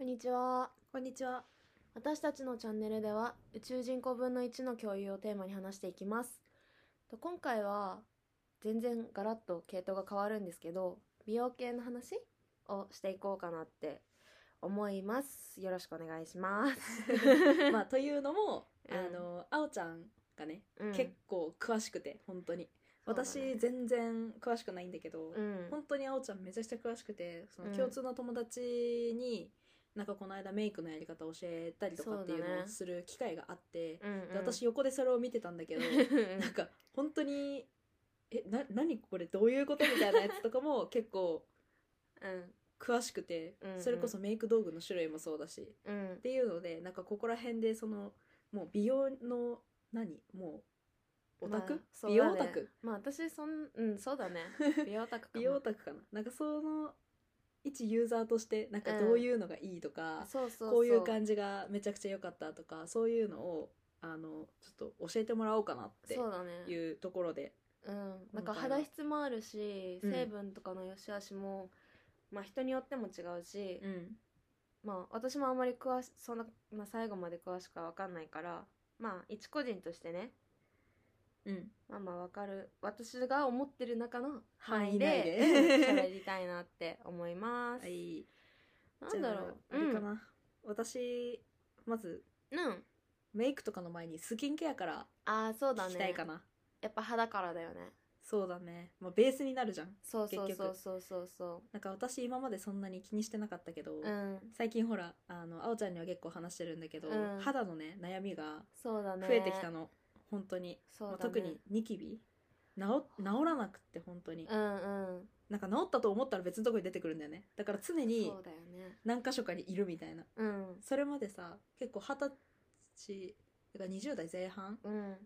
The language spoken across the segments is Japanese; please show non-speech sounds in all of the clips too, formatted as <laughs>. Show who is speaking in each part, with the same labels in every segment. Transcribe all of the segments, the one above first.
Speaker 1: にちは。
Speaker 2: こんに
Speaker 1: <laughs>
Speaker 2: ちは。
Speaker 1: 私たちのチャンネルでは宇宙人口分の1の共有をテーマに話していきます。と今回は全然ガラッと系統が変わるんですけど、美容系の話をしていこうかなって思います。よろしくお願いします。
Speaker 2: <laughs> まあというのも、
Speaker 1: うん
Speaker 2: あのあおちゃんがね、
Speaker 1: うん
Speaker 2: 結構詳しくて本当に。
Speaker 1: そうだね
Speaker 2: 私、全然詳しくないんだけど、
Speaker 1: うん。
Speaker 2: 本当にあおちゃんめちゃくちゃ詳しくて、その
Speaker 1: うん
Speaker 2: 共通の友達に、なんかこの間メイクのやり方を教えたりとかっていう
Speaker 1: そう
Speaker 2: の
Speaker 1: だ
Speaker 2: を
Speaker 1: ね
Speaker 2: する機会があって、
Speaker 1: うんうん
Speaker 2: で私横でそれを見てたんだけど
Speaker 1: うん
Speaker 2: なんか本当にえな何これどういうことみたいなやつとかも結構
Speaker 1: うん
Speaker 2: 詳しくて、
Speaker 1: うんうん
Speaker 2: それこそメイク道具の種類もそうだし
Speaker 1: うん
Speaker 2: っ。ていうのでなんかここら辺でそのもう美容の何もうオタク、
Speaker 1: まあそう
Speaker 2: 美
Speaker 1: だ
Speaker 2: 容
Speaker 1: ね
Speaker 2: オタク
Speaker 1: まあ私そんうんそうだ
Speaker 2: <laughs>
Speaker 1: ね。美容オタクかも。
Speaker 2: 美容オタクかななんかその一ユーザーとしてなんかどういうのがいいとか、
Speaker 1: そうそうそう。
Speaker 2: こういう感じがめちゃくちゃ良かったとかそういうのをあのちょっと教えてもらおうかなって
Speaker 1: そうだね。
Speaker 2: いうところで
Speaker 1: うん、なん
Speaker 2: 今
Speaker 1: か
Speaker 2: 回は
Speaker 1: 肌質もあるし
Speaker 2: うん
Speaker 1: 成分とかの良し悪しも、まあ人によっても違うし、
Speaker 2: うん
Speaker 1: まあ私もあんまり詳しそんな、まあ、最後まで詳しくは分かんないからまあ一個人としてね
Speaker 2: うん
Speaker 1: まあまあ分かる私が思ってる中の範囲
Speaker 2: 範
Speaker 1: で
Speaker 2: 囲内で
Speaker 1: 喋りたいなって思います。
Speaker 2: はい
Speaker 1: なんだろう
Speaker 2: じゃああれかな、私まず
Speaker 1: うん、うん、
Speaker 2: メイクとかの前にスキンケアから
Speaker 1: ああそうだ
Speaker 2: 聞きた
Speaker 1: ね
Speaker 2: いかな
Speaker 1: やっぱ肌からだよね
Speaker 2: そうだね、まあ、ベースになるじゃん
Speaker 1: そうそう
Speaker 2: 結
Speaker 1: そう
Speaker 2: 局
Speaker 1: そうそうそ
Speaker 2: なんか私今までそんなに気にしてなかったけど、
Speaker 1: ううん
Speaker 2: 最近ほらあのあおちゃんには結構話してるんだけど、
Speaker 1: うん
Speaker 2: 肌のね悩みが
Speaker 1: そうだね
Speaker 2: 増えてきたの、本当に、
Speaker 1: そう
Speaker 2: ま
Speaker 1: だ
Speaker 2: あ、
Speaker 1: ね、
Speaker 2: 特にニキビ治治らなくって本当に、
Speaker 1: うんうん
Speaker 2: なんか治ったと思ったら別のとこに出てくるんだよねだから常に
Speaker 1: そうだよね
Speaker 2: 何箇所かにいるみたいな
Speaker 1: うん
Speaker 2: それまでさ結構二十歳だから20代前半
Speaker 1: うん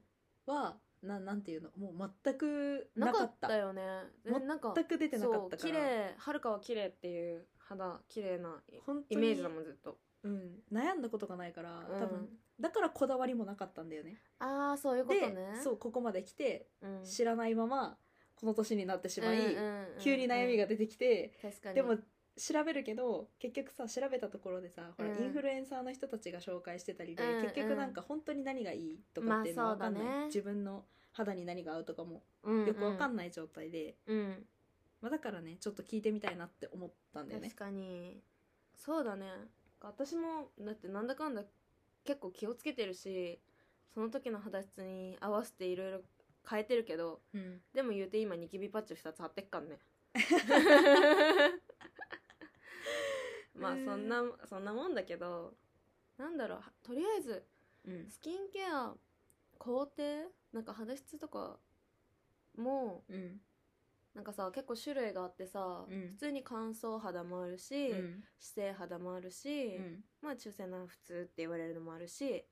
Speaker 2: はななんていうのもう全く
Speaker 1: な
Speaker 2: な
Speaker 1: か
Speaker 2: か
Speaker 1: っ
Speaker 2: った
Speaker 1: たよね
Speaker 2: も
Speaker 1: なんか
Speaker 2: 全く出てなかった
Speaker 1: そ
Speaker 2: か
Speaker 1: う綺
Speaker 2: ら
Speaker 1: 麗はるかは綺麗っていう肌綺麗な
Speaker 2: 本
Speaker 1: イ
Speaker 2: 当
Speaker 1: メ
Speaker 2: に
Speaker 1: ージだもんずっと、
Speaker 2: うん、悩んだことがないから、
Speaker 1: うん、
Speaker 2: 多分だからこだわりもなかったんだよね。
Speaker 1: ああそういうこと
Speaker 2: で、
Speaker 1: ね
Speaker 2: そうここまで来て
Speaker 1: うん、うん、
Speaker 2: 知らないままこの年になってしまい、
Speaker 1: うんうん
Speaker 2: 急に悩みが
Speaker 1: うん
Speaker 2: 出てきて、
Speaker 1: 確かに
Speaker 2: でも調べるけど結局さ調べたところでさほら、
Speaker 1: うん
Speaker 2: インフルエンサーの人たちが紹介してたりで、
Speaker 1: うんうん
Speaker 2: 結局なんか本当に何がいいとかっていうの
Speaker 1: まあ
Speaker 2: わかんない、
Speaker 1: そうだね
Speaker 2: 自分の肌に何が合うとかも
Speaker 1: うん
Speaker 2: よくわか
Speaker 1: い、
Speaker 2: んない状態で、
Speaker 1: うん
Speaker 2: まあ、だからねちょっと聞いてみたいなって思ったんだよね
Speaker 1: 確。かにそうだね私もだってなんだかんだ結構気をつけてるしその時の肌質に合わせていろいろ変えてるけど
Speaker 2: うん
Speaker 1: でも言うて今ニキビパッチ2つ貼ってっか
Speaker 2: <laughs>
Speaker 1: んねまあそんなそんなもんだけどなんだろうとりあえず
Speaker 2: うん
Speaker 1: スキンケア工程なんか肌質とかも
Speaker 2: うん
Speaker 1: なんかさ結構種類があってさ、
Speaker 2: うん
Speaker 1: 普通に乾燥肌もあるし、
Speaker 2: うん
Speaker 1: 姿勢肌もあるし、
Speaker 2: うん
Speaker 1: まあ中性な普通って言われるのもあるし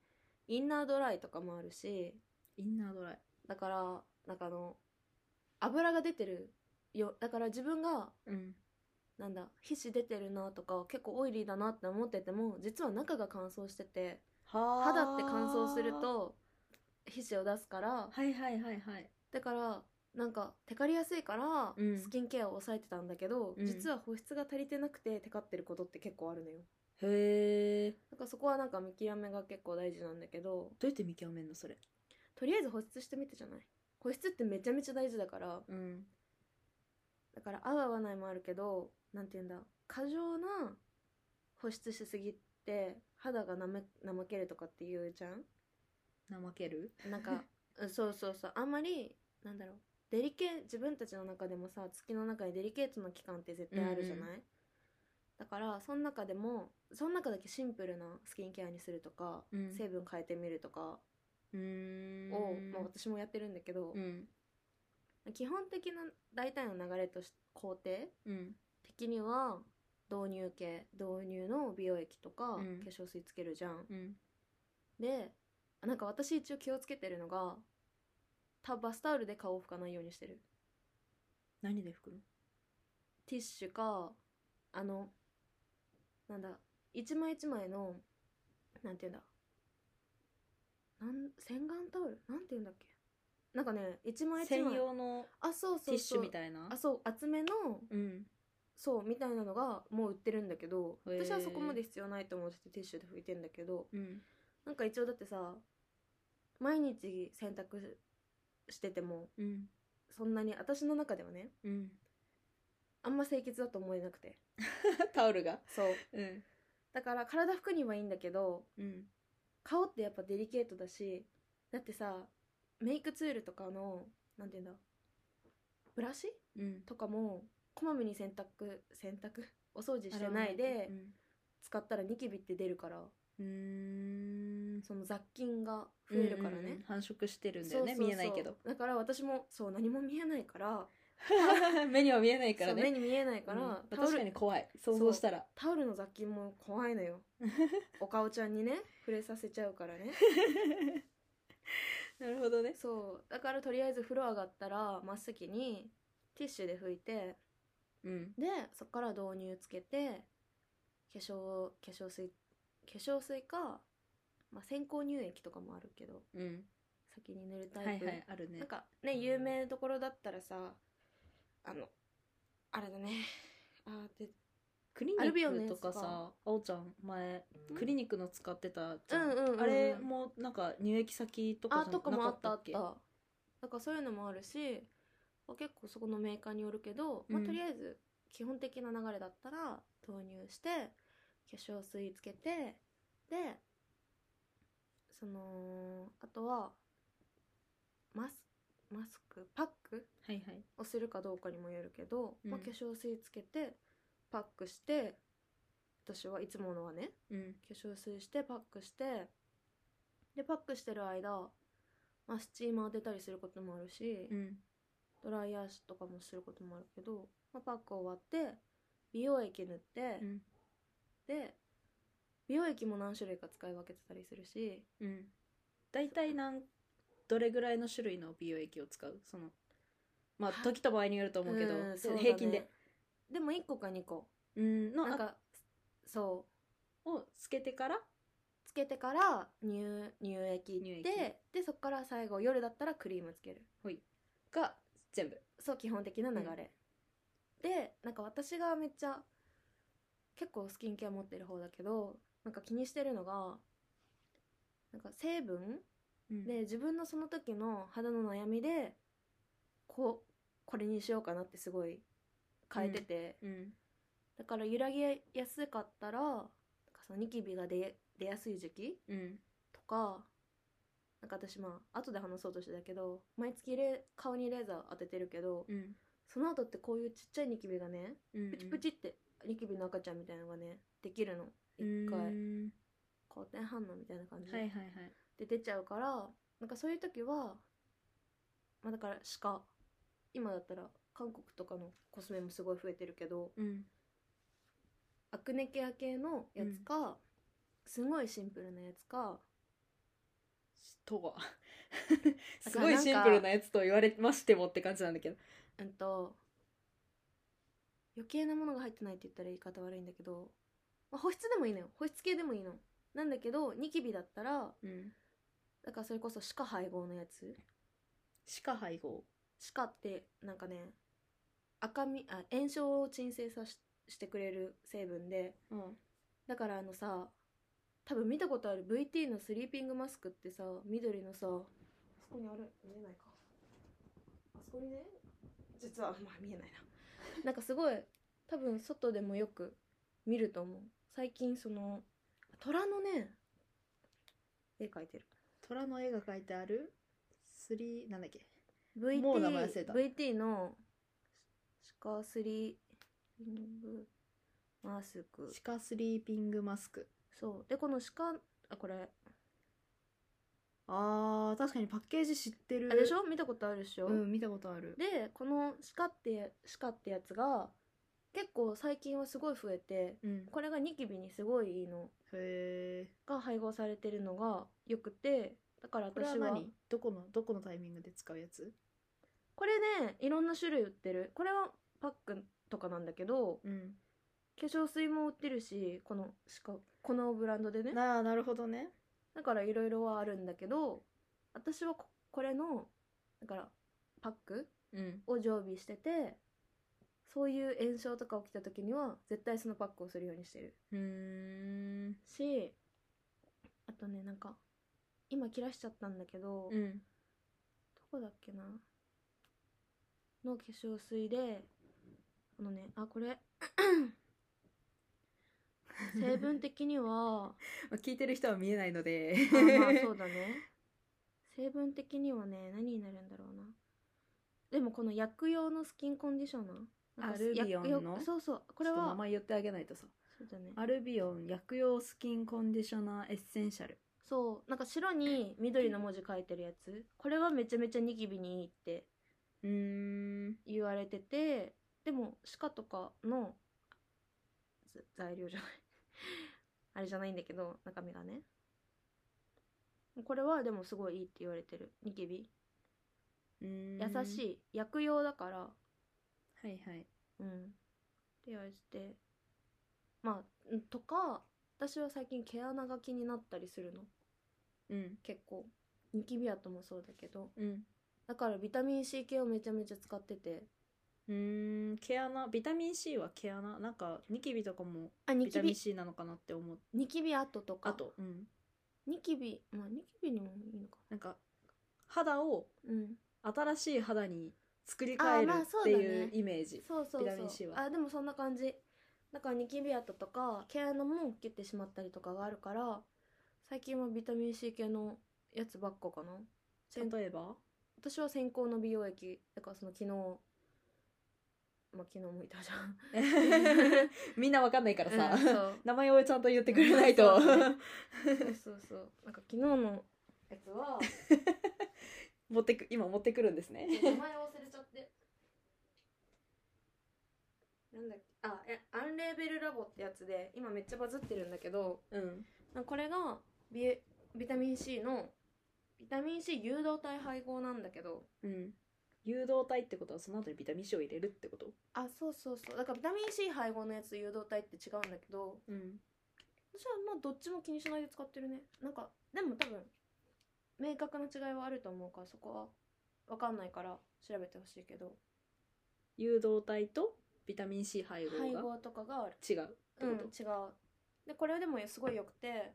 Speaker 1: インナードライとかもあるし
Speaker 2: インナードライ。
Speaker 1: だからなんかあの油が出てるよだから自分が
Speaker 2: うん
Speaker 1: なんだ皮脂出てるなとか結構オイリーだなって思ってても実は中が乾燥してて肌って乾燥すると皮脂を出すから
Speaker 2: はいはいはいはい
Speaker 1: だからなんかテカりやすいから
Speaker 2: うん
Speaker 1: スキンケアを抑えてたんだけど、
Speaker 2: うん
Speaker 1: 実は保湿が足りてなくてテカってることって結構あるのよ
Speaker 2: へえ
Speaker 1: だからそこはなんか見極めが結構大事なんだけど
Speaker 2: どうやって見極めんのそれ
Speaker 1: とりあえず保湿してみてじゃない保湿ってめちゃめちゃ大事だから
Speaker 2: うん
Speaker 1: だから合う合わないもあるけどなんて言うんだ過剰な保湿しすぎって肌がなめ怠けるとかって言うじゃん
Speaker 2: 怠ける
Speaker 1: なん
Speaker 2: <laughs>
Speaker 1: かうんそうそうそうあんまりなんだろうデリケ自分たちの中でもさ月の中にデリケートな期間って絶対あるじゃない、
Speaker 2: うん
Speaker 1: だからその中でもその中だけシンプルなスキンケアにするとか、
Speaker 2: うん
Speaker 1: 成分変えてみるとか
Speaker 2: うーん
Speaker 1: を、まあ、私もやってるんだけど
Speaker 2: う、ん
Speaker 1: 基本的な大体の流れとし工程
Speaker 2: うん
Speaker 1: 的には導入系導入の美容液とか、
Speaker 2: うん
Speaker 1: 化粧水つけるじゃん
Speaker 2: うん
Speaker 1: でなんか私一応気をつけてるのがたバスタオルで顔を拭かないようにしてる
Speaker 2: 何で拭くの
Speaker 1: ティッシュかあのなんだ一枚一枚のなんていうんだなん洗顔タオルなんて言うんだっけなんかね一枚一枚
Speaker 2: 専用の
Speaker 1: あそうそうそう
Speaker 2: ティッシュみたいな
Speaker 1: あそう厚めの
Speaker 2: うん
Speaker 1: そうみたいなのがもう売ってるんだけど
Speaker 2: へー
Speaker 1: 私はそこまで必要ないと思ってティッシュで拭いてんだけど
Speaker 2: うん
Speaker 1: なんか一応だってさ毎日洗濯してても
Speaker 2: うん
Speaker 1: そんなに私の中ではね
Speaker 2: うん
Speaker 1: <laughs> あんま清潔だと思えなくて
Speaker 2: タオルが
Speaker 1: そう
Speaker 2: うん
Speaker 1: だから体拭くにはいいんだけど
Speaker 2: うん
Speaker 1: 顔ってやっぱデリケートだしだってさメイクツールとかのなんて言うんだブラシ
Speaker 2: うん
Speaker 1: とかもこまめに洗濯洗濯お掃除してないで使ったらニキビって出るから
Speaker 2: うん
Speaker 1: その雑菌が増えるからね、
Speaker 2: うんうん繁殖してるんだ
Speaker 1: そうそう
Speaker 2: よね
Speaker 1: そう
Speaker 2: 見えないけど <laughs>
Speaker 1: だから私もそう何も見えないから
Speaker 2: 目には見えないから
Speaker 1: そう目に
Speaker 2: ね
Speaker 1: 見えないから、
Speaker 2: うん
Speaker 1: タオ
Speaker 2: 確か
Speaker 1: ル
Speaker 2: に怖い想像したら
Speaker 1: タオルの雑菌も怖いのよお顔ちゃんにね触れさせちゃうから
Speaker 2: <laughs>
Speaker 1: ね
Speaker 2: なるほどね
Speaker 1: そうだからとりあえず風呂上がったら真っ先にティッシュで拭いて
Speaker 2: うん
Speaker 1: でそこから導入つけて化粧化粧水化粧水か、まあ、先行乳液とかもあるけど
Speaker 2: うん
Speaker 1: 先に塗る
Speaker 2: は
Speaker 1: タイ
Speaker 2: い
Speaker 1: プ、
Speaker 2: はいあるね
Speaker 1: なんかね有名どころだったらさあのあれだねあーで
Speaker 2: クリニ
Speaker 1: アルビオンの
Speaker 2: ッ
Speaker 1: や
Speaker 2: ク
Speaker 1: つ
Speaker 2: とか
Speaker 1: か
Speaker 2: さあおちゃん前
Speaker 1: うん
Speaker 2: クリニックの使ってたじゃ
Speaker 1: うん
Speaker 2: ん
Speaker 1: うんうんうん
Speaker 2: あれもなんか乳液先とか
Speaker 1: あ
Speaker 2: じゃ
Speaker 1: とか
Speaker 2: な
Speaker 1: も
Speaker 2: か
Speaker 1: あっ
Speaker 2: っ
Speaker 1: たたあ
Speaker 2: っ
Speaker 1: っ
Speaker 2: け
Speaker 1: ただからそういうのもあるしまあ結構そこのメーカーによるけど、
Speaker 2: う
Speaker 1: ま
Speaker 2: ん
Speaker 1: あ、とりあえず基本的な流れだったら投入して化粧水つけてでそのあとはマスマスクパック
Speaker 2: はいはい
Speaker 1: をするかどうかにもよるけど、
Speaker 2: うん
Speaker 1: まあ、化粧水つけてパックして私はいつものはね
Speaker 2: うん
Speaker 1: 化粧水してパックしてでパックしてる間、まあ、スチーマー当てたりすることもあるし、
Speaker 2: うん
Speaker 1: ドライヤーとかもすることもあるけど、まあ、パック終わって美容液塗って、
Speaker 2: うん
Speaker 1: で美容液も何種類か使い分けてたりするし
Speaker 2: うん大体なんどれぐらいの種類の美容液を使うそのまあ
Speaker 1: は
Speaker 2: 時と場合によると思うけど
Speaker 1: んそうだね
Speaker 2: 平均で
Speaker 1: でも1個か2個
Speaker 2: うんの
Speaker 1: なん
Speaker 2: あ
Speaker 1: かそう
Speaker 2: をつけてから
Speaker 1: つけてから乳乳液行っ
Speaker 2: 乳
Speaker 1: てでそこから最後夜だったらクリームつける
Speaker 2: が全部
Speaker 1: そう基本的な流れ、でなんか私がめっちゃ結構スキンケア持ってる方だけどなんか気にしてるのがなんか成分で自分のその時の肌の悩みでこうこれにしようかなってすごい変えてて、
Speaker 2: うん
Speaker 1: だから揺らぎやすかったらなんかそのニキビが出出やすい時期
Speaker 2: うん
Speaker 1: とかなんか私まあ後で話そうとしてたけど毎月レ顔にレーザー当ててるけど
Speaker 2: うん
Speaker 1: その後ってこういうちっちゃいニキビがね
Speaker 2: うん
Speaker 1: プチプチってニキビの赤ちゃんみたいなのがねできるの
Speaker 2: うん
Speaker 1: 一回
Speaker 2: うん
Speaker 1: 好転反応みたいな感じ
Speaker 2: はいはい
Speaker 1: で
Speaker 2: はい
Speaker 1: 出ちゃうからなんかそういう時はまあだから歯科今だったら韓国とかのコスメもすごい増えてるけど
Speaker 2: うん
Speaker 1: アクネケア系のやつか、すごいシンプルなやつか
Speaker 2: とは
Speaker 1: だ
Speaker 2: <laughs> す
Speaker 1: から
Speaker 2: ごい
Speaker 1: なんか
Speaker 2: シンプルなやつと言われましてもって感じなんだけど
Speaker 1: うんと余計なものが入ってないって言ったら言い方悪いんだけど、まあ、保湿でもいいのよ保湿系でもいいのなんだけどニキビだったら
Speaker 2: うん
Speaker 1: だからそれこそ歯科配合のやつ
Speaker 2: 歯科配合
Speaker 1: 歯科ってなんかね赤みあ炎症を鎮静さししてくれる成分で
Speaker 2: うん
Speaker 1: だからあのさ多分見たことある VT のスリーピングマスクってさ緑のさあそこにある見えないかあそこにね実はまあ見えない <laughs> ななんかすごい多分外でもよく見ると思う最近その虎のね絵描いてる
Speaker 2: 虎の絵が描いてあるスリーなんだっけ
Speaker 1: VT,
Speaker 2: もう名前忘れた
Speaker 1: VT のシカスリーピングマスク
Speaker 2: 歯科スリーピングマスク
Speaker 1: そうでこのシカあこれ
Speaker 2: あー確かにパッケージ知ってる
Speaker 1: あでしょ見たことあるでしょ、
Speaker 2: うん見たことある
Speaker 1: でこのシカってシカってやつが結構最近はすごい増えて
Speaker 2: うん
Speaker 1: これがニキビにすごいいいの
Speaker 2: へえ
Speaker 1: が配合されてるのがよくてだから
Speaker 2: これは
Speaker 1: 私は
Speaker 2: 何どこのどこのタイミングで使うやつ
Speaker 1: これねいろんな種類売ってるこれはパックとかなんだけど
Speaker 2: うん
Speaker 1: 化粧水も売ってるしこのシカこのブランドでね
Speaker 2: なあなるほどね
Speaker 1: だからいろいろはあるんだけど私はここれのだからパック
Speaker 2: うん
Speaker 1: を常備しててそういう炎症とか起きた時には絶対そのパックをするようにしてる
Speaker 2: うーん
Speaker 1: しあとねなんか今切らしちゃったんだけど、
Speaker 2: う
Speaker 1: ど
Speaker 2: ん
Speaker 1: こだっけなの化粧水であのねあこ
Speaker 2: <laughs>
Speaker 1: れ成分的
Speaker 2: <laughs>
Speaker 1: には
Speaker 2: まあ聞いてる人は見えないので
Speaker 1: あま
Speaker 2: <laughs>
Speaker 1: あそうだね成分的にはね何になるんだろうなでもこの薬用のスキンコンディショナーなんか
Speaker 2: あルビオンの
Speaker 1: 薬用そうそうこれ
Speaker 2: ちょっと名
Speaker 1: は
Speaker 2: 前言ってあげないとさ
Speaker 1: そうだね
Speaker 2: アルビオン薬用スキンコンディショナーエッセンシャル
Speaker 1: そうなんか白に緑の文字書いてるやつこれはめちゃめちゃニキビにいいって
Speaker 2: うーん
Speaker 1: 言われててでも歯科とかのず材料じゃない <laughs> あれじゃないんだけど中身がねこれはでもすごいいいって言われてるニキビ優し
Speaker 2: い
Speaker 1: い薬用だから
Speaker 2: はいはい
Speaker 1: うんって言われててまあんとか私は最近毛穴が気になったりするの
Speaker 2: うん
Speaker 1: 結構ニキビ跡もそうだけど
Speaker 2: うん
Speaker 1: だからビタミン C 系をめちゃめちゃ使ってて
Speaker 2: うーん毛穴ビタミン C は毛穴なんかニキビとかも
Speaker 1: あニ
Speaker 2: ビ
Speaker 1: キ
Speaker 2: タミ
Speaker 1: ビ
Speaker 2: ン C なのかなって思う
Speaker 1: ニキビ跡とか
Speaker 2: あとうん
Speaker 1: ニキビまあニキビにもいいのか
Speaker 2: なんか肌を
Speaker 1: うん
Speaker 2: 新しい肌に作り変える
Speaker 1: あまあ
Speaker 2: っ
Speaker 1: そう
Speaker 2: て
Speaker 1: だね
Speaker 2: いうイメージ
Speaker 1: そうそう
Speaker 2: ビタミン
Speaker 1: そ
Speaker 2: C
Speaker 1: う
Speaker 2: は
Speaker 1: あでもそんな感じだからニキビ跡とか毛穴も切ってしまったりとかがあるから最近はビタミン C 系のやつばっかかな先
Speaker 2: 例え <laughs> ば
Speaker 1: 私は先行の美容液だからその昨日まあ昨日もいたじゃん
Speaker 2: みんなわかんないからさ、
Speaker 1: うんそう
Speaker 2: 名前をちゃんと言ってくれないと
Speaker 1: そうだねそうそうそうなんか昨日のやつは
Speaker 2: <laughs> 持ってく今持ってくるんですね
Speaker 1: 名前忘れちゃってなんだっけあえアンレーベルラボってやつで今めっちゃバズってるんだけど
Speaker 2: うん
Speaker 1: なんかこれがビビタミン C のビタミン C 誘導体配合なんだけど
Speaker 2: うん誘導体ってことはその後にビタミン C を入れるってこと
Speaker 1: あそうそうそうだからビタミン C 配合のやつと誘導体って違うんだけど
Speaker 2: うん
Speaker 1: 私はまあどっちも気にしないで使ってるねなんかでも多分明確な違いはあると思うからそこは分かんないから調べてほしいけど
Speaker 2: 誘導体とビタミン C 配合
Speaker 1: 配
Speaker 2: が
Speaker 1: 合とかがある
Speaker 2: 違うってこと、
Speaker 1: うん違うでこれでもすごいよくて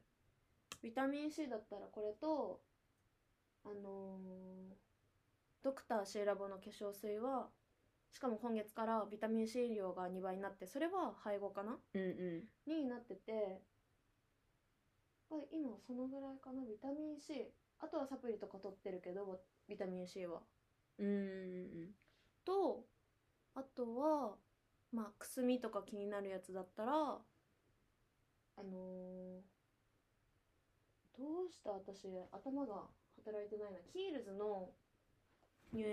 Speaker 1: ビタミン C だったらこれとあのードクターシェイラボの化粧水はしかも今月からビタミン C 量が2倍になってそれは配合かな
Speaker 2: うんうん
Speaker 1: になっててあ今そのぐらいかなビタミン C あとはサプリとか取ってるけどビタミン C は
Speaker 2: うんうん
Speaker 1: とあとはまあくすみとか気になるやつだったらあのーどうした私頭が働いてないなヒールズの乳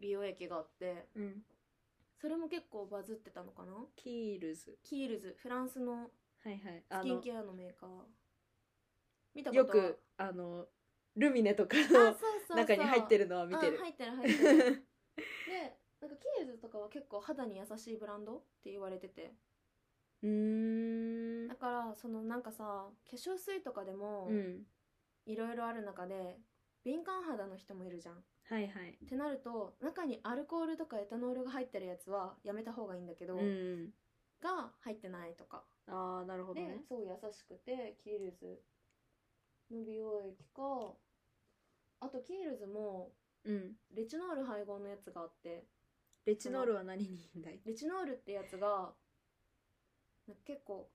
Speaker 1: 美容液があって
Speaker 2: うんうん
Speaker 1: それも結構バズってたのかな
Speaker 2: キールズ
Speaker 1: キールズフランスの
Speaker 2: はいはい
Speaker 1: ス
Speaker 2: あ
Speaker 1: キン
Speaker 2: の
Speaker 1: ケアのメーカー見たこと
Speaker 2: よ
Speaker 1: は
Speaker 2: くあのルミネとか <laughs>
Speaker 1: あそう
Speaker 2: の
Speaker 1: そうそう
Speaker 2: 中に入ってるのは見て
Speaker 1: あ
Speaker 2: る
Speaker 1: 入ってる入ってるでなんかキールズとかは結構肌に優しいブランドって言われてて
Speaker 2: うーん
Speaker 1: だからそのなんかさ化粧水とかでも
Speaker 2: うん
Speaker 1: いろいろある中で敏感肌の人もいるじゃん。っ
Speaker 2: はいはい
Speaker 1: てなると中にアルコールとかエタノールが入ってるやつはやめた方がいいんだけど、
Speaker 2: うん
Speaker 1: が入ってないとか
Speaker 2: ああなるほど
Speaker 1: で、
Speaker 2: ね
Speaker 1: すごい優しくてキールズの美容液かあとキールズも
Speaker 2: うん
Speaker 1: レチノール配合のやつがあって
Speaker 2: レチノールは何にいいんだい
Speaker 1: レチノールってやつがなんか結構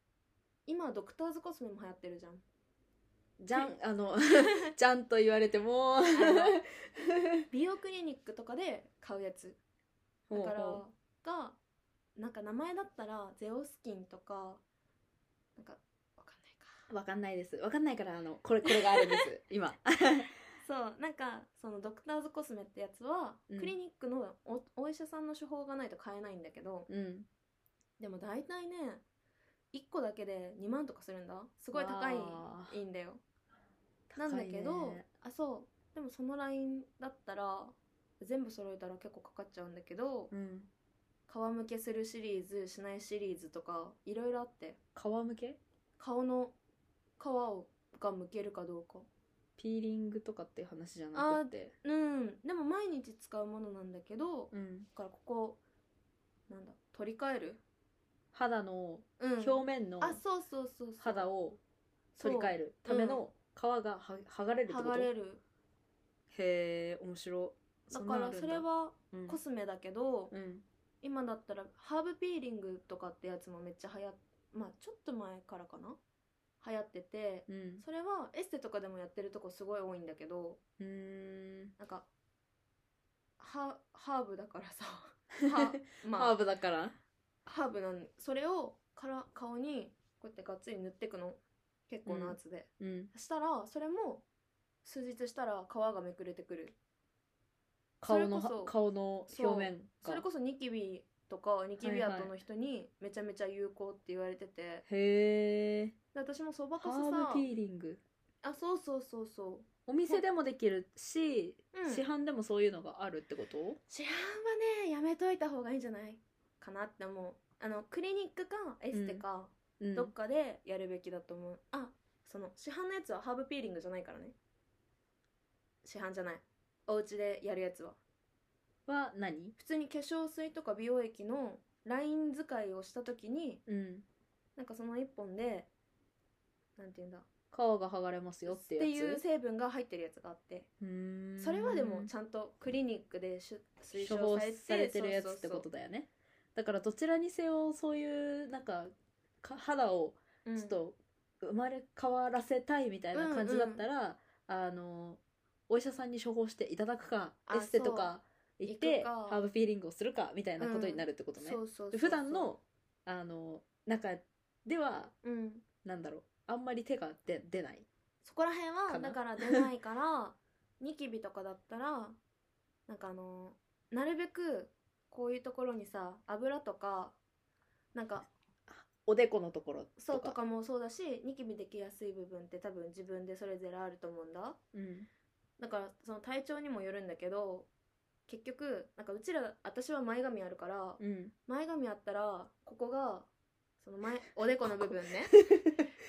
Speaker 1: 今ドクターズコスメも流行ってるじゃん。
Speaker 2: じゃんあ <laughs> のじゃんと言われても
Speaker 1: あの美容クリニックとかで買うやつだから
Speaker 2: ほ
Speaker 1: がなんか名前だったらゼオスキンとかなんかわかんないか
Speaker 2: うわかんないですわかんないからあのこれこれがあるんです
Speaker 1: <laughs>
Speaker 2: 今
Speaker 1: そうなんかそのドクターズコスメってやつは、
Speaker 2: うん
Speaker 1: クリニックのおお医者さんの処方がないと買えないんだけど
Speaker 2: うん
Speaker 1: でも大体ね1個だけで2万とかするんだすごい高い
Speaker 2: わあ
Speaker 1: いいんだよなんだけど、
Speaker 2: 高いね
Speaker 1: あそうでもそのラインだったら全部揃えたら結構かかっちゃうんだけど、
Speaker 2: うん
Speaker 1: 皮むけするシリーズしないシリーズとかいろいろあって
Speaker 2: 皮むけ
Speaker 1: 顔の皮をがむけるかどうか
Speaker 2: ピーリングとかっていう話じゃなくて
Speaker 1: うんでも毎日使うものなんだけどだ
Speaker 2: うん
Speaker 1: からここなんだト取り替える
Speaker 2: 肌の
Speaker 1: うん
Speaker 2: 表面の
Speaker 1: あそうそうそうそう
Speaker 2: 肌を取り替えるための皮がは剥がれるってこ
Speaker 1: 剥
Speaker 2: と
Speaker 1: がれ
Speaker 2: へ
Speaker 1: る
Speaker 2: え面白
Speaker 1: だ
Speaker 2: ん
Speaker 1: か
Speaker 2: なの
Speaker 1: ら
Speaker 2: あるん
Speaker 1: それは
Speaker 2: うん
Speaker 1: コスメだけど、
Speaker 2: うん
Speaker 1: 今だったらハーブピーリングとかってやつもめっちゃ流行っまあちょっと前からかな流行ってて
Speaker 2: うん
Speaker 1: それはエステとかでもやってるとこすごい多いんだけど
Speaker 2: うーん
Speaker 1: なんかハハーブだからさ <laughs> はまあ
Speaker 2: ハーブだから
Speaker 1: ハーブなんそれをから顔にこうやってがっつり塗ってくの結構な圧で、
Speaker 2: うん
Speaker 1: したらそれも数日したら皮がめくれてくるそ
Speaker 2: 顔
Speaker 1: れ
Speaker 2: の
Speaker 1: こそ
Speaker 2: は顔の表面
Speaker 1: それこそニキビとかニキビ跡の人にめちゃめちゃ有効って言われてて、
Speaker 2: そへえ
Speaker 1: で私もそばかす
Speaker 2: ハーブ
Speaker 1: さ
Speaker 2: ピーリング
Speaker 1: あそうそうそうそう
Speaker 2: お店でもできるし、
Speaker 1: うん
Speaker 2: 市販でもそういうのがあるってこと
Speaker 1: 市販はねやめといた方がいいんじゃないかなって思うあのクリニックかエステか、
Speaker 2: うん
Speaker 1: どっかでやるべきだと思う、あその市販のやつはハーブピーリングじゃないからね市販じゃないお家でやるやつは
Speaker 2: は何
Speaker 1: 普通に化粧水とか美容液のライン使いをした時に
Speaker 2: うん
Speaker 1: なんかその1本でなんて言うんだ
Speaker 2: 皮が剥がれますよってやつ
Speaker 1: いう成分が入ってるやつがあって
Speaker 2: うーん
Speaker 1: それはでもちゃんとクリニックでしゅ推奨
Speaker 2: 処方
Speaker 1: されて
Speaker 2: されてるやつっ
Speaker 1: そう
Speaker 2: て
Speaker 1: そ
Speaker 2: こ
Speaker 1: うそ
Speaker 2: とだよねだからどちらにせよそういうなんかか肌を
Speaker 1: ううん
Speaker 2: ちょっと生まれ変わらせたいみたいな感じだったら、あのお医者さんに処方していただくか
Speaker 1: あ
Speaker 2: エステとか行っ
Speaker 1: 行
Speaker 2: て
Speaker 1: くか
Speaker 2: ハーブフィーリングをするかみたいなことになるってことね、
Speaker 1: そうそうそう
Speaker 2: 普段のあの中では
Speaker 1: うん
Speaker 2: なんだろうあんまり手が出出ない
Speaker 1: そこら辺は
Speaker 2: かな
Speaker 1: だから出ないから
Speaker 2: <laughs>
Speaker 1: ニキビとかだったらなんかあのなるべくこういうところにさ油とかなんか
Speaker 2: おでこのところとか
Speaker 1: そうとかもそうだしニキビできやすい部分って多分自分でそれぞれあると思うんだ
Speaker 2: うん
Speaker 1: だからその体調にもよるんだけど結局なんかうちら私は前髪あるから
Speaker 2: うん、
Speaker 1: 前髪あったらここがその前おでこの部分
Speaker 2: <laughs>
Speaker 1: ね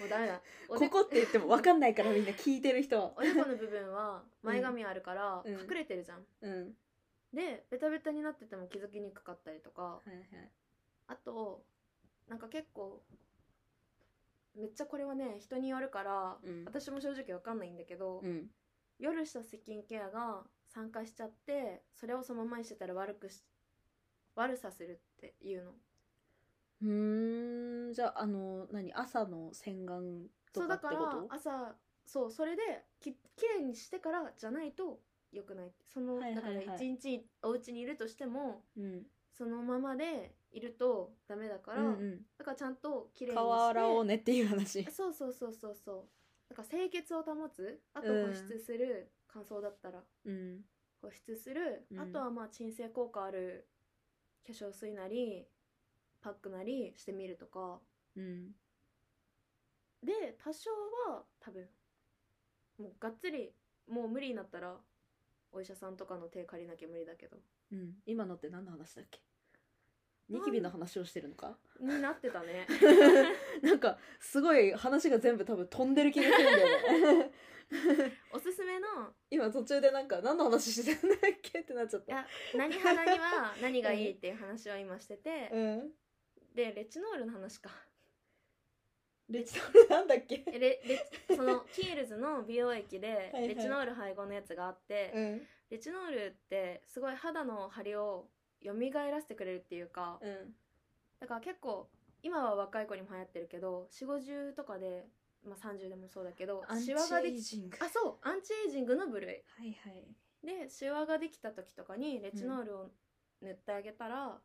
Speaker 1: もうダメだおで
Speaker 2: ここって言っても分かんないからみんな聞いてる人は
Speaker 1: <laughs> おでこの部分は前髪あるから
Speaker 2: うん
Speaker 1: 隠れてるじゃん、
Speaker 2: うん
Speaker 1: でベタベタになってても気づきにくかったりとか
Speaker 2: はいはい
Speaker 1: あとなんか結構めっちゃこれはね人によるから、
Speaker 2: うん
Speaker 1: 私も正直わかんないんだけど、
Speaker 2: うん
Speaker 1: 夜したスキンケアが酸化しちゃってそれをそのままにしてたら悪くし悪さするっていうの
Speaker 2: うーんじゃああの何朝の洗顔
Speaker 1: そ
Speaker 2: と
Speaker 1: う
Speaker 2: か
Speaker 1: だ
Speaker 2: って
Speaker 1: か
Speaker 2: こ
Speaker 1: ら
Speaker 2: と
Speaker 1: 朝そうそれでききれいにしてからじゃないと良くないその、
Speaker 2: はいはいはい
Speaker 1: だから一日お家にいるとしても
Speaker 2: うん
Speaker 1: そのままでいるとダメだから、
Speaker 2: うんうん
Speaker 1: だからちゃんときれいにして
Speaker 2: 顔洗おうねってい
Speaker 1: <laughs>
Speaker 2: う話
Speaker 1: そうそうそうそうそうだから清潔を保つあと
Speaker 2: うん
Speaker 1: 保湿する、乾燥だったら
Speaker 2: うん
Speaker 1: 保湿する、
Speaker 2: うん
Speaker 1: あとはまあ鎮静効果ある化粧水なりパックなりしてみるとか
Speaker 2: うん
Speaker 1: で多少は多分もうがっつりもう無理になったらお医者さんとかの手借りなきゃ無理だけど
Speaker 2: うん今のって何の話だっけニキビの話をしてるのか <laughs>
Speaker 1: になってたね
Speaker 2: なんかすごい話が全部多分飛んでる気がするんだよね
Speaker 1: おすすめの
Speaker 2: 今途中でなんか何の話してたんだっけってなっちゃっ
Speaker 1: い
Speaker 2: た
Speaker 1: や何肌に
Speaker 2: <laughs>
Speaker 1: は何がいいっていう話を今してて、
Speaker 2: うん
Speaker 1: でレチノールの話か
Speaker 2: レチノール <laughs> なんだっけ
Speaker 1: えレレチそ
Speaker 2: <laughs>
Speaker 1: のキールズの美容液で
Speaker 2: はいはい
Speaker 1: レチノール配合のやつがあって、
Speaker 2: うん
Speaker 1: レチノールってすごい肌の張りを蘇らせてくれるっていうか、
Speaker 2: うん
Speaker 1: だから結構今は若い子にも流行ってるけど4 5 0とかで、まあ、30でもそうだけどシワができ
Speaker 2: ジング
Speaker 1: あそうアンチエイジングの部類
Speaker 2: はいはい
Speaker 1: でシワができた時とかにレチノールを塗ってあげたら、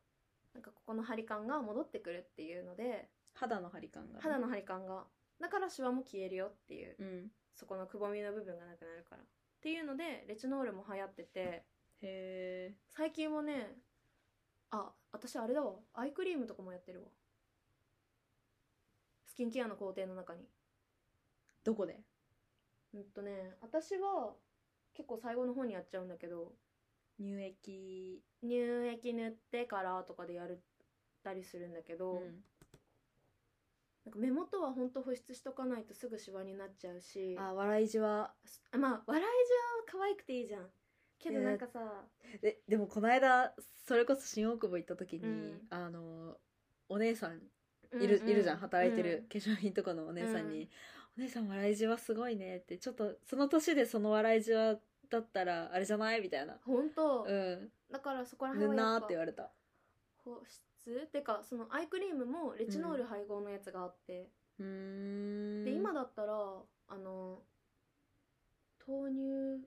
Speaker 1: なんかここの張り感が戻ってくるっていうので
Speaker 2: 肌の張り感がね
Speaker 1: 肌の張り感がだからシワも消えるよっていう
Speaker 2: うん
Speaker 1: そこのくぼみの部分がなくなるからっていうのでレチノールも流行ってて
Speaker 2: へえ
Speaker 1: 最近もねあ私あれだわアイクリームとかもやってるわスキンケアの工程の中に
Speaker 2: どこで
Speaker 1: うんとね私は結構最後の方にやっちゃうんだけど
Speaker 2: 乳液
Speaker 1: 乳液塗ってからとかでやるたりするんだけど、なんか目元はほんと保湿しとかないとすぐシワになっちゃうし
Speaker 2: あ笑いじわ
Speaker 1: あまあ笑いじゃ可愛くていいじゃんけどなんかさ、
Speaker 2: ででもこの間それこそ新大久保行った時に、
Speaker 1: うん
Speaker 2: あのお姉さんいる,、いるじゃん働いてる、化粧品とかのお姉さんに「お姉さん笑いじわすごいね」ってちょっとその年でその笑いじわだったらあれじゃないみたいな
Speaker 1: うんうん、本当、
Speaker 2: うん
Speaker 1: だからそこら
Speaker 2: ぬ
Speaker 1: 辺
Speaker 2: ん
Speaker 1: はやっ
Speaker 2: なーっ
Speaker 1: ぱ
Speaker 2: て言われた
Speaker 1: 保湿ってかそのアイクリームもレチノール配合のやつがあって、
Speaker 2: うーん
Speaker 1: で今だったらあの豆乳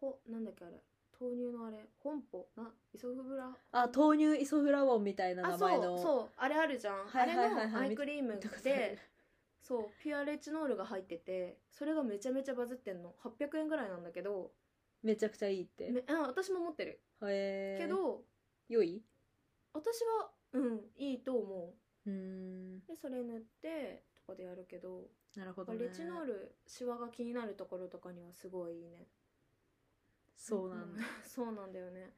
Speaker 1: ほなんだっけあれ豆乳のあれ本舗なイソフブラ
Speaker 2: あ豆乳イソフラボンみたいな
Speaker 1: あ
Speaker 2: 名
Speaker 1: そう
Speaker 2: 前の
Speaker 1: そうあれあるじゃん、
Speaker 2: はいはいはいはい
Speaker 1: あれのアイクリーム
Speaker 2: 見たことあ
Speaker 1: で
Speaker 2: る
Speaker 1: そうピュアレチノールが入っててそれがめちゃめちゃバズってんの800円ぐらいなんだけど
Speaker 2: めちゃくちゃいいって
Speaker 1: めあ私も持ってる
Speaker 2: へー
Speaker 1: けど
Speaker 2: 良い
Speaker 1: 私はうんいいと思
Speaker 2: うーん
Speaker 1: うでそれ塗ってとかでやるけど
Speaker 2: なるほど、
Speaker 1: まあ
Speaker 2: ね、
Speaker 1: レチノールシワが気になるところとかにはすごいいいね
Speaker 2: そうなんだ、
Speaker 1: そうなん <laughs> だよね、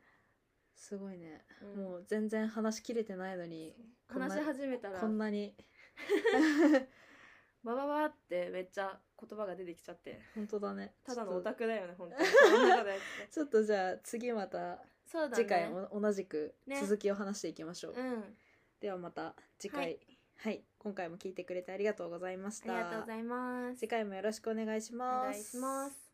Speaker 2: すごいね、
Speaker 1: うん
Speaker 2: もう全然話し切れてないのにこんな
Speaker 1: 話し始めたら
Speaker 2: こんなに
Speaker 1: バババってめっちゃ言葉が出てきちゃって
Speaker 2: 本当だね
Speaker 1: ただの
Speaker 2: ちょ
Speaker 1: オ
Speaker 2: っと
Speaker 1: タクだよね
Speaker 2: <laughs>
Speaker 1: 本当にその中で
Speaker 2: ちょっとじゃあ次また
Speaker 1: そうだね
Speaker 2: 次回も同じく
Speaker 1: ね
Speaker 2: 続きを話していきましょう、
Speaker 1: うん
Speaker 2: ではまた次回
Speaker 1: は
Speaker 2: はいい、今回も聞いてくれてありがとうございまし
Speaker 1: あ
Speaker 2: た
Speaker 1: りがとうございます
Speaker 2: 次回もよろしくお願いし
Speaker 1: お
Speaker 2: ます
Speaker 1: 願いします